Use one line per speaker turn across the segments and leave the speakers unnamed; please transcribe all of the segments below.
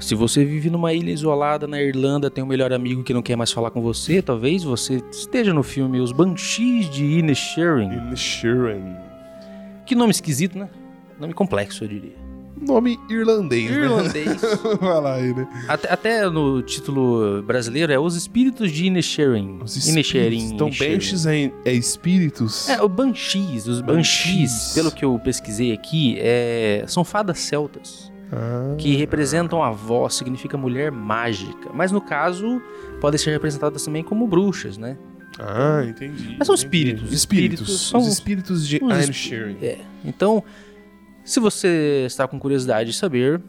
Se você vive numa ilha isolada na Irlanda, tem um melhor amigo que não quer mais falar com você, talvez você esteja no filme Os Banshees de Inisherin.
Inisherin.
Que nome esquisito, né? Nome complexo, eu diria.
Nome irlandês,
Irlandês.
né? Vai lá aí, né?
até, até no título brasileiro é Os Espíritos de Inisherin.
Os espíritos. Então, Banshees é, é espíritos?
É, o Banshees, os Banshees,
Banshees.
pelo que eu pesquisei aqui, é- são fadas celtas.
Ah,
que representam a voz, significa mulher mágica. Mas no caso, podem ser representadas também como bruxas, né?
ah, entendi.
Mas são
entendi.
espíritos,
Espíritos.
espíritos são-
Os espíritos de
Os
Ian
esp-
Sheeran.
É. Então, se você está com curiosidade de saber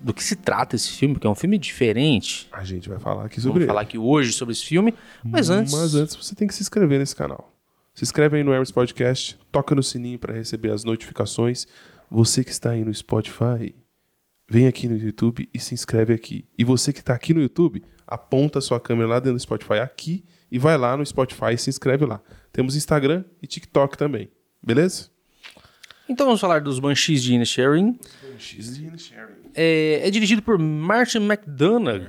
do que se trata esse filme, que é um filme diferente,
A gente vai falar aqui
vamos
sobre
falar
ele.
aqui hoje sobre esse filme, mas antes,
Mas antes você tem que se inscrever nesse canal. Se inscreve aí no Hermes Podcast, toca no sininho para receber as notificações. Você que está aí no Spotify, vem aqui no YouTube e se inscreve aqui. E você que está aqui no YouTube, aponta a sua câmera lá dentro do Spotify aqui e vai lá no Spotify e se inscreve lá. Temos Instagram e TikTok também, beleza?
então vamos falar dos Banshees de Inisherin. É, é dirigido por Martin McDonagh,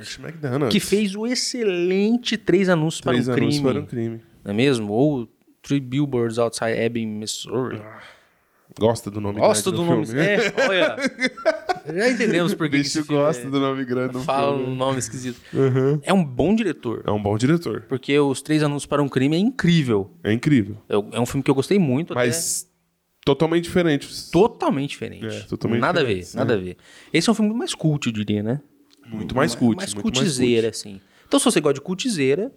que fez o excelente Três Anúncios
Três
para um
anos
Crime,
para um crime.
não é mesmo? Ou Three Billboards Outside Ebbing, Missouri.
Gosta do nome
Gosta do
grande Ah, do
nome.
filme. né?
É, olha. Já entendemos por que que
Bicho
esse filme
gosta
é-
do nome grande do
Fala
filme.
um nome esquisito.
Uhum.
É um bom diretor.
É um bom diretor.
Porque Os Três Anúncios para um Crime é incrível.
É incrível.
É um é um filme que eu gostei muito. até.
Mas totalmente diferente.
Totalmente diferente.
É, totalmente
nada a
diferente,
ver, nada a ver. Esse é um filme muito mais cult, eu diria, né?
Muito mais cult.
mais
muito
cultizeira, assim. Então, se você gosta de cultizeira,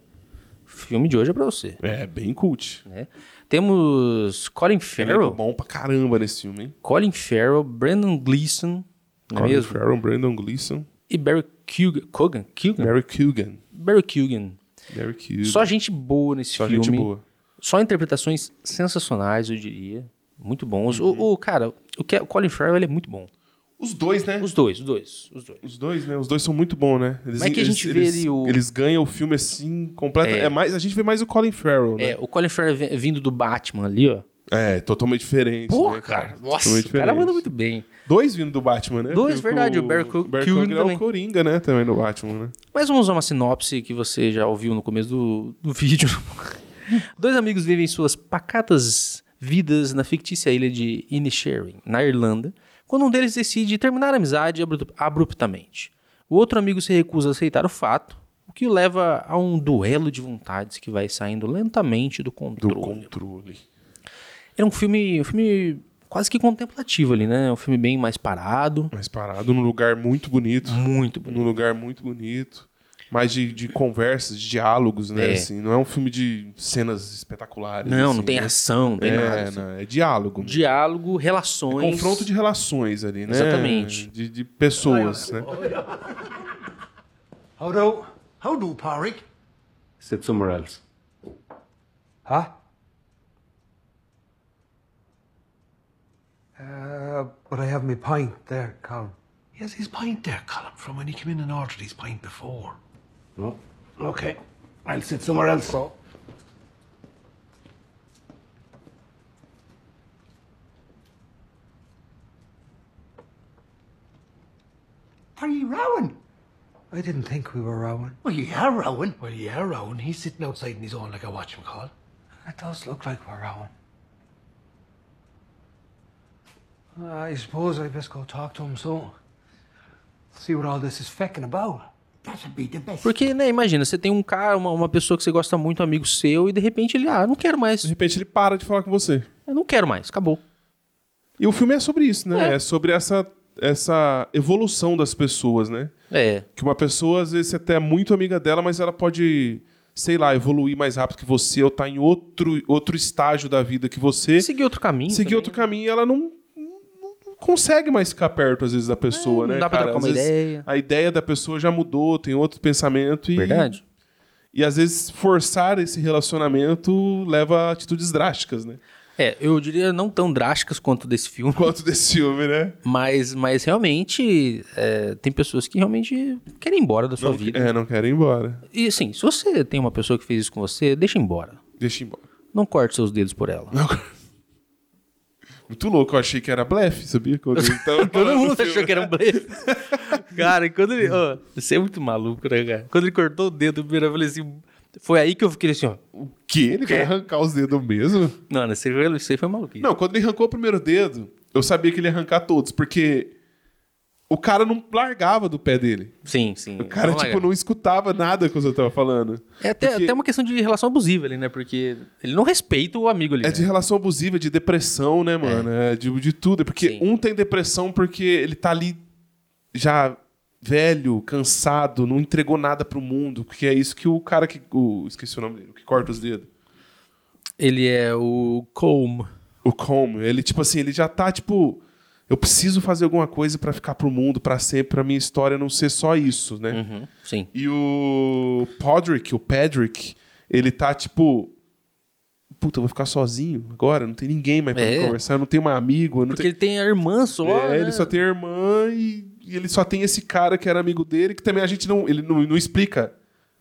o filme de hoje é pra você.
cult. É, bem cult.
né? Temos Colin
Ele é
Farrell.
bom pra caramba nesse filme, hein?
Colin Farrell, Brandon Gleeson, não é
Colin
mesmo?
Farrell, Brandon Gleeson,
E Barry Cug- Cogan? Cugan?
Mary Coogan.
Barry Kugan.
Mary Coogan.
Só gente boa nesse
Só
filme.
gente boa.
Só interpretações sensacionais, eu diria. Muito bons. O, o- cara, o, Ke- o Colin Farrell ele é muito bom.
Os dois, né? Os...
Os dois, os dois, os dois.
dois, né? Os dois são muito bons, né? Eles,
Mas é que a gente vê
eles,
ele o-
eles ganham o filme assim, completo. É.
É.
mais, a gente vê mais o Colin Farrell, né?
É, o Colin Farrell vi- vindo do Batman ali, ó.
É, totalmente diferente.
Porra,
né,
cara.
Totalmente
Nossa, o cara
diferente.
manda muito bem.
Dois vindo do Batman, né?
Dois,
Porque
verdade, o Barry Coo- Keoghan
Keoghan é
também.
o Coringa, né? Também no Batman, né?
Mas vamos usar uma sinopse que você já ouviu no começo do, do vídeo. Dois amigos vivem suas pacatas vidas na fictícia ilha de Inisherin, na Irlanda, quando um deles decide terminar a amizade abru- abruptamente. O outro amigo se recusa a aceitar o fato, o que o leva a um duelo de vontades que vai saindo lentamente do
Do
controle.
controle.
É um filme, um filme quase que contemplativo ali, né? É um filme bem mais parado,
Mas parado num lugar muito bonito.
muito bonito.
num lugar muito bonito. Mais de, de conversas, de diálogos, né?
É.
Assim, não é um filme de cenas espetaculares.
Não,
assim,
não tem
né?
ação, não tem
é,
nada. É assim.
não, é diálogo. né?
Diálogo, relações.
Confronto de relações ali, né?
Exatamente.
De, de pessoas, né?
How do, how do, Parik?
Sit somewhere else.
Huh? Uh, but I have my pint there, Colin.
He has his pint there, Colin, from when he came in and ordered his pint before. No. Okay. I'll sit somewhere else.
So,
Are you rowing?
I didn't think we were rowing.
Well, you are rowing. Well, you are rowing. He's sitting outside in his own like I watch him call.
It does look like we're rowing. I suppose I best go talk to him soon. See what all this is fecking about.
That'd be the best.
Porque, né, imagina, você tem um cara, uma, uma pessoa que você gosta muito, um amigo seu, e de repente ele, ah, não quero
De
mais,
repente ele para de falar com você.
eu não quero mais, acabou.
E o filme é sobre isso, né? É, sobre essa, essa evolução das pessoas, né?
É,
Que uma pessoa, às vezes, você até é muito amiga dela, mas ela pode, sei lá, evoluir mais rápido que você ou tá em outro, outro estágio da vida que você.
seguir outro caminho.
seguir
também.
outro caminho, ela não, não- não consegue mais ficar perto, às vezes, da pessoa,
É, não
né?
dá pra
cara?
trocar
Às
uma
vezes,
ideia.
A ideia da pessoa já mudou, tem outro pensamento. E,
é Verdade.
E às vezes forçar esse relacionamento leva a atitudes drásticas, né?
É, eu diria não tão drásticas quanto desse filme,
Quanto desse filme, né?
mas, mas realmente é, tem pessoas que realmente querem ir embora da sua
Não-
vida.
É, não quero ir embora.
E assim, se você tem uma pessoa que fez isso com você, deixa embora.
Deixa eu ir embora.
Não corte seus dedos por ela.
Muito louco, eu achei que era blefe, sabia? Quando ele tava
Todo
falando do
mundo
filme.
achou que era um blefe. cara, e quando ele. ó, você é muito maluco, né, cara? Quando ele cortou o dedo, primeiro eu falei assim. Foi aí que eu fiquei assim, ó.
O quê? Ele vai arrancar os dedos mesmo?
Não, né, você foi, você foi maluquinho.
Não, quando ele arrancou o primeiro dedo, eu sabia que ele ia arrancar todos, porque o cara não largava do pé dele.
Sim, sim.
O cara, tipo, não escutava nada que você tava falando.
É até,
Porque
até uma questão de relação abusiva ali, né? Porque ele não respeita o amigo ali.
É
né?
de relação abusiva, de depressão, né, mano? É de, de tudo. É porque
Sim.
um tem depressão porque ele tá ali já velho, cansado, não entregou nada pro mundo. Porque é isso que o cara que. o- esqueci o nome dele, o que corta os dedos.
Ele é o Colm.
O Como, ele, tipo assim, ele já tá, tipo. Eu preciso fazer alguma coisa pra ficar pro mundo, pra sempre, pra minha história não ser só isso, né?
Uhum, sim.
E o Podrick, o Pedrick, ele tá tipo. Puta, eu vou ficar sozinho agora, não tem ninguém mais pra
É.
me conversar, eu não tenho um amigo, eu não
Porque
tenho.
ele tem a irmã só.
É,
né?
ele só tem a irmã e, e ele só tem esse cara que era amigo dele, que também a gente não. Ele não, não explica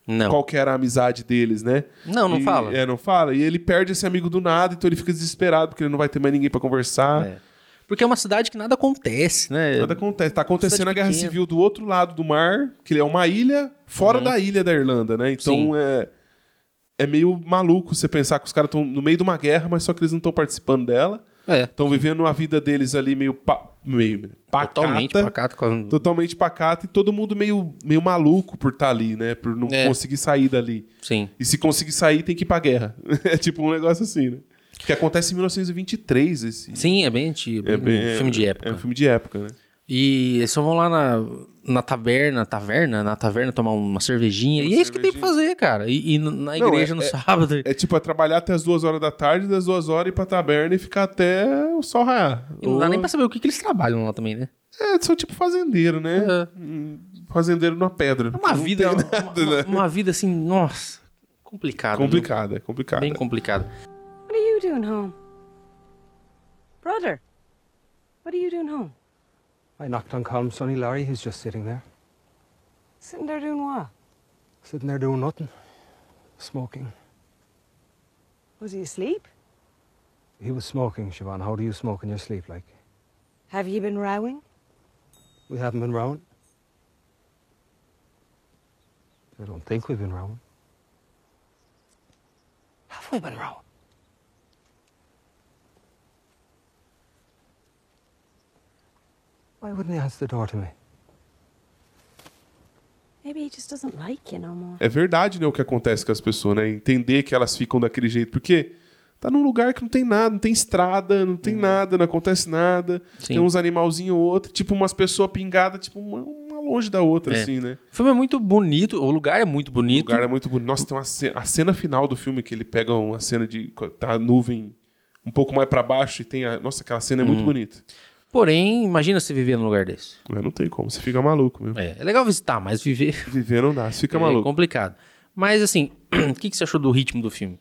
Não.
qual que era a amizade deles, né?
Não, não
E-
fala.
É, não fala. E ele perde esse amigo do nada, então ele fica desesperado, porque ele não vai ter mais ninguém pra conversar.
É. Porque é uma cidade que nada acontece, né?
Nada acontece. Tá acontecendo
Cidade
a guerra
pequena. Uhum.
civil do outro lado do mar, que é uma ilha fora da ilha da Irlanda, né?
Sim.
Então é, é meio maluco você pensar que os caras estão no meio de uma guerra, mas só que eles não estão participando dela.
É.
Estão vivendo a vida deles ali meio, pa, meio pacata,
Totalmente pacato. com-
totalmente pacata e todo mundo meio, meio maluco por estar ali, né? Por não
É.
conseguir sair dali.
Sim.
E se conseguir sair, tem que ir pra guerra. é tipo um negócio assim, né? Que acontece em 1923 esse.
Sim, é bem antigo.
É
É
bem-
filme de época.
É um filme de época, né?
E eles só vão lá na, na taverna, taverna, na taverna tomar uma cervejinha. e é isso que tem pra fazer, cara. E, e na
Não,
igreja
é-
no
é-
sábado.
É tipo, é trabalhar até as duas horas da tarde, das duas horas ir pra taberna e ficar até o sol raiar.
E não dá
Ou-
nem pra saber o que, que eles trabalham lá também, né?
É, são tipo fazendeiro, né?
É.
Hum, Fazendeiro numa pedra.
É uma
Não
vida.
tem
Uma,
nada,
uma-
né?
uma vida assim, nossa, complicada. viu?
Complicada, é complicada.
Bem complicada.
What are you doing home? Brother, what are you doing home?
I knocked on calm Sonny Larry, who's just sitting there,
Sitting there doing what?
sitting there doing nothing, smoking.
Was he asleep?
He was smoking, Siobhan. How do you smoke in your sleep, like?
Have you been rowing?
We haven't been round. I don't think we've been round. Have we been round? Why wouldn't he answer the door to me?
Maybe he just doesn't like you no more.
É verdade, né, o que acontece com as pessoas, né? Entender que elas ficam daquele jeito, porque tá num lugar que não tem nada, não tem estrada, não tem nada, não acontece nada.
Uhum. Sim.
Tem uns animalzinhos ou outro, tipo umas pessoas pingadas, tipo uma, uma longe da outra,
É.
assim, né?
O filme é muito bonito, o lugar é muito
O
bonito.
lugar é muito bonito. Nossa, tem uma cena, a cena final do filme que ele pega uma cena de. tá a nuvem um pouco mais pra baixo e tem a. Nossa, aquela cena é muito
Hum.
bonita.
Porém, imagina você viver num lugar desse.
Mas não tem como, você fica maluco mesmo.
É, é legal visitar, mas viver
Viver não dá, você fica
é
maluco.
complicado. Mas assim, o que, que você achou do ritmo do filme?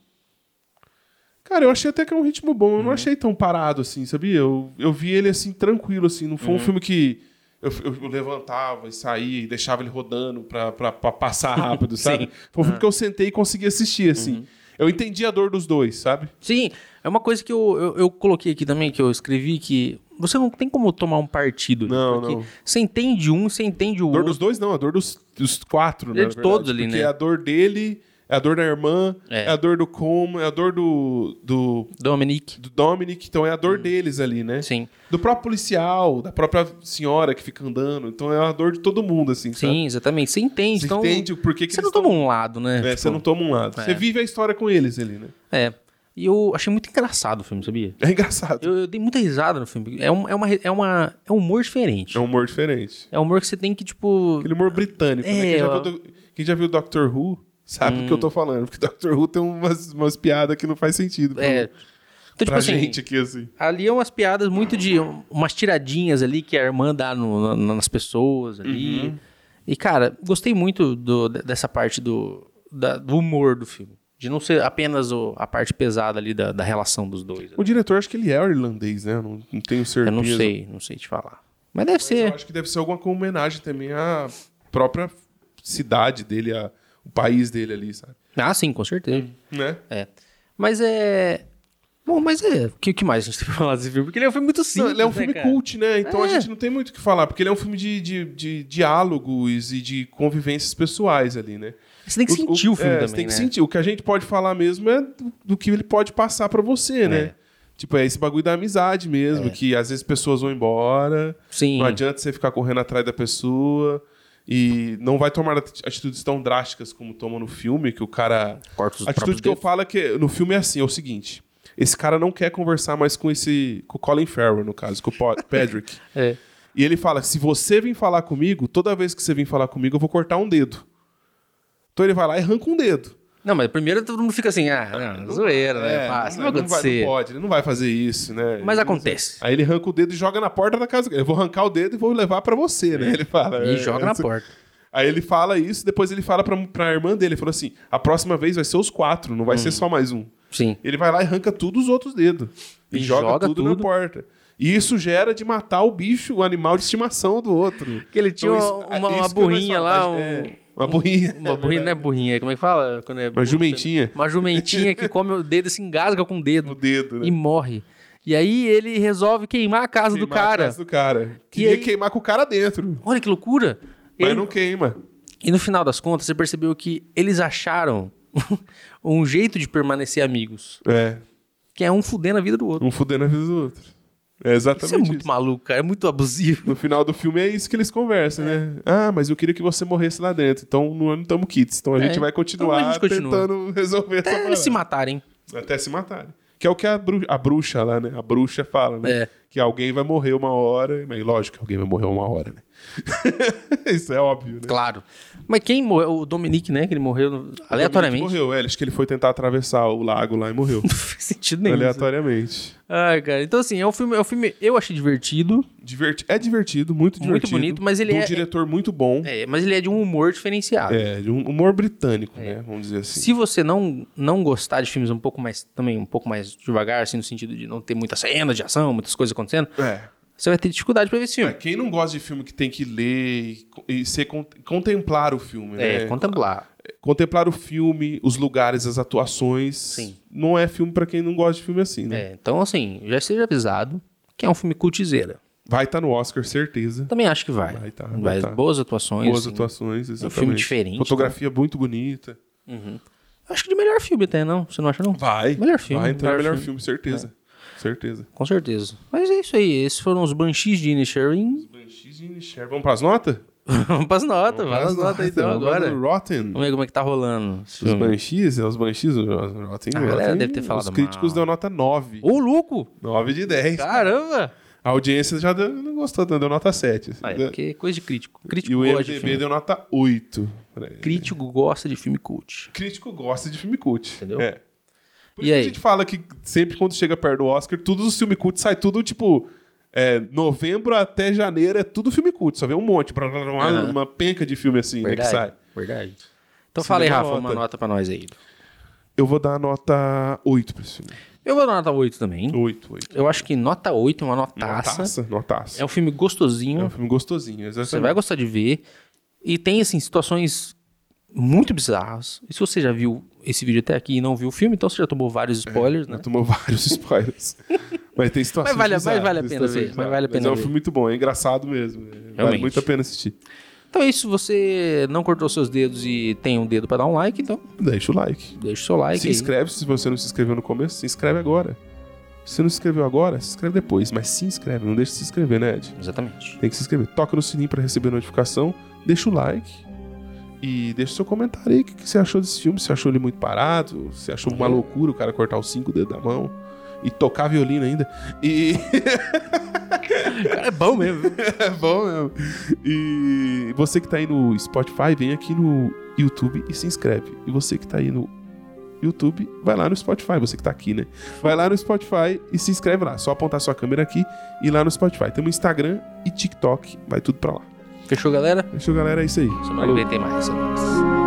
Cara, eu achei até que é um ritmo bom. Eu
Uhum.
não achei tão parado assim, sabia? Eu, eu vi ele assim, tranquilo, assim. Não foi
Uhum.
um filme que eu, eu- eu levantava e saía e deixava ele rodando pra, pra, pra passar rápido, sabe?
Ah.
Foi um filme que eu sentei e consegui assistir, assim.
Uhum.
Eu entendi a dor dos dois, sabe?
Sim, é uma coisa que eu, eu, eu coloquei aqui também, que eu escrevi, que você não tem como tomar um partido. né?
Não,
Porque
não.
Você entende um, você entende o
A dor
outro.
dos dois, não, a dor dos, dos quatro,
de
né? na verdade.
todos ali,
Porque
né?
é a dor dele, é a dor da irmã, é,
É.
a dor do Como, é a dor do, do,
Dominic.
do Dominic, então é a dor deles ali, né?
Hum. Sim.
Do próprio policial, da própria senhora que fica andando, então é a dor de todo mundo, assim, sabe?
Sim, exatamente. Você entende.
Você
então,
entende o porquê que
Você
eles
não toma
tão-
um lado, né?
É,
Tipo,
você não toma um lado.
É.
Você vive a história com eles ali, né?
É. E eu achei muito engraçado o filme, sabia?
É engraçado.
Eu, eu dei muita risada no filme. É, um, é, uma, é, uma, é um humor diferente.
É um humor diferente.
É um humor que você tem que, tipo.
Aquele humor britânico, né?
É,
Quem já,
ó.
viu, do- quem já viu Doctor Who sabe
Hum.
do que eu tô falando, porque Doctor Who tem umas, umas piadas que não faz sentido pra,
É. Então, tipo
pra
assim.
gente aqui, assim.
Ali é umas piadas muito de. um- umas tiradinhas ali que a irmã dá no- na- nas pessoas ali.
Uhum.
E, cara, gostei muito do- de- dessa parte do, da- do humor do filme. De não ser apenas o- a parte pesada ali da, da relação dos dois.
O diretor, acho que ele é irlandês, né? Eu não, não tenho certeza.
Eu não sei, É. não sei te falar. Mas deve
Mas
ser.
Eu acho que deve ser alguma como homenagem também à própria cidade dele, a, o país dele ali, sabe?
Ah, sim, com certeza.
Né?
É. Mas é. Bom, mas é. O que, o que mais a gente tem pra falar desse filme? Porque ele é um filme muito
Não,
simples.
ele é um
né,
filme
cara?
cult, né? Então a
É.
gente não tem muito o que falar, porque ele é um filme de, de, de diálogos e de convivências pessoais ali, né?
Você tem que sentir o, filme
é,
também.
Você tem que
né?
sentir. O que a gente pode falar mesmo é do, do que ele pode passar pra você, né? Tipo, é esse bagulho da amizade mesmo, que às vezes pessoas vão embora,
É. Sim.
não adianta você ficar correndo atrás da pessoa e não vai tomar ati- atitudes tão drásticas como toma no filme, que o cara...
Corta os
a atitude
próprios
que eu
dedos.
falo é que no filme é assim, é o seguinte, esse cara não quer conversar mais com esse... com o Colin Farrell, no caso, com o Pa- Patrick.
É.
E ele fala: se você vir falar comigo, toda vez que você vir falar comigo, eu vou cortar um dedo. Então ele vai lá e arranca um dedo.
Não, mas primeiro todo mundo fica assim, ah, não, zoeira, né? Fácil, não, vai acontecer.
É, não pode, ele não vai fazer isso, né?
Mas
Ele-
acontece.
Aí ele arranca o dedo e joga na porta da casa. dele. Eu vou arrancar o dedo e vou levar pra você, né? Ele fala.
E
é,
joga na
isso-
porta.
Aí ele fala isso, depois ele fala pra, pra irmã dele, ele falou assim: a próxima vez vai ser os quatro, não vai ser só mais um.
Hum. Sim.
Ele vai lá e arranca tudo os outros dedos. E,
E
joga,
joga
tudo, na
tudo.
porta. E isso gera de matar o bicho, o animal de estimação do outro.
Que ele tinha
Então,
uma- uma
que eu não ia
burrinha
falar,
lá,
mas,
um-
é, uma burrinha.
Uma burrinha, não é burrinha, como é que fala? Quando é burro,
jumentinha.
Uma jumentinha que come o dedo, se engasga com o dedo
No dedo, né?
e morre. E aí ele resolve queimar a casa do
Queimar a
cara.
casa do cara. Queria
aí-
queimar com o cara dentro,
Olha que loucura.
mas
Ele-
não queima.
E no final das contas, você percebeu que eles acharam um jeito de permanecer amigos,
É,
que é um fudendo a vida do outro.
um fudendo a vida do outro. É
Isso é
exatamente
muito
isso.
maluco, cara. É muito abusivo.
No final do filme é isso que eles conversam, né? Ah, mas eu queria que você morresse lá dentro. Então não estamos kits. Então a gente vai continuar
Então a gente continua.
tentando resolver essa
Até eles se
parada.
matarem.
Até se matarem. Que é o que a bru- a bruxa, lá, né? A bruxa fala, né?
É.
Que alguém vai morrer uma hora. Mas lógico que alguém vai morrer uma hora, né? isso é óbvio, né?
Claro. Mas quem morreu? O Dominique, né? Que ele morreu no- aleatoriamente.
Ele Morreu, é. Acho que ele foi tentar atravessar o lago lá e morreu.
Não faz sentido nenhum.
aleatoriamente.
Ai, cara. Então, assim, é um filme, é um filme eu achei divertido,
Diverti- é divertido, muito divertido.
bonito, mas ele
de um
é-
diretor muito bom.
é, mas ele é de um humor diferenciado.
É, de um humor britânico,
É.
né? Vamos dizer assim.
Se você não, não gostar de filmes um pouco mais, também um pouco mais devagar, assim, no sentido de não ter muita cena de ação, muitas coisas acontecendo,
É.
você vai ter dificuldade pra ver esse
É,
filme.
Quem não gosta de filme que tem que ler e, co- e ser con- contemplar o filme,
É,
né?
contemplar.
Contemplar o filme, os lugares, as atuações.
Sim.
Não é filme pra quem não gosta de filme assim, né?
É, então, assim, já seja avisado que é um filme cultizeira.
Vai estar no Oscar, certeza.
Também acho que vai.
Vai tá, vai
Vai,
tá.
boas atuações.
Boas
assim.
atuações, exatamente.
filme diferente,
Fotografia muito bonita.
Acho que de melhor filme até, não? Você não acha, não?
Vai.
Melhor filme, É.
Vai entrar melhor,
melhor
filme, certeza. Certeza.
Com certeza. Mas é isso aí. Esses foram os Banshees de Inisherin.
Banshees e Inisherin. Vamos pras notas?
Vamos pras notas. Vai
Vamos
nas notas então
vamos pras
agora.
do
Vamos
Rotten.
ver como é que tá rolando. esse
Os
filme.
Banshees, é os Banshees, o Rotten.
A galera
Rotten,
deve ter falado
Os críticos
mal. Uh!
deu nota 9.
Ô, louco!
9 de 10.
Caramba!
A audiência já deu- não gostou, tanto, deu nota 7. assim,
Ah, é,
né?
porque é coisa de crítico. Crítico
e o
gosta de
MDB
filme.
deu nota 8. Peraí.
Crítico gosta de filme cult.
Crítico gosta de filme cult.
Entendeu?
É. Por
E
isso que a
aí?
gente fala que sempre quando chega perto do Oscar, todos os filmes cult sai tudo tipo. é, novembro até janeiro é tudo filme cult, só vê um monte, blá, blá, blá, uma,
Aham.
uma penca de filme assim, né, que sai.
Verdade. Verdade. Então
Sim,
fala aí,
dá uma
Rafa, uma
nota.
nota pra nós aí.
Eu vou dar nota 8 pra esse filme.
Eu vou dar nota 8 também.
8, 8.
Eu acho que nota 8 é uma Hum. notaça.
Notaça, notaça.
É um filme gostosinho.
É um filme gostosinho, exatamente.
Você vai gostar de ver. E tem, assim, situações muito bizarras. E se você já viu esse vídeo até aqui e não viu o filme, então você já tomou vários
É,
spoilers, né?
Já tomou vários spoilers. mas tem situações
Mas vale a-
bizarras,
mas vale a
tem
pena
situações
ver, mas
bizarras.
vale a
é
pena
um
ver.
filme muito bom, é engraçado mesmo. é, Vale
Realmente.
muito a pena assistir.
Então é isso. Você não cortou seus dedos e tem um dedo pra dar um like, então
Deixa o like.
deixa o seu like.
se
aí.
inscreve se você não se inscreveu no começo, se inscreve agora. Se não se inscreveu agora, se inscreve depois. Mas se inscreve, não deixa de se inscrever, né, Ed?
Exatamente.
Tem que se inscrever. Toca no sininho pra receber notificação, deixa o like e deixa o seu comentário aí. O que que você achou desse filme? Você achou ele muito parado? Você achou
É.
uma loucura o cara cortar os cinco dedos da mão? E tocar violino ainda. E.
É bom mesmo.
É bom mesmo. E você que tá aí no Spotify, vem aqui no YouTube e se inscreve. E você que tá aí no YouTube, vai lá no Spotify, você que tá aqui, né? Vai lá no Spotify e se inscreve lá. Só apontar sua câmera aqui e ir lá no Spotify. Temos Instagram e TikTok, vai tudo pra lá.
Fechou, galera?
Fechou, galera? É isso aí.
Semana
Falou.
que vem tem mais. É nóis.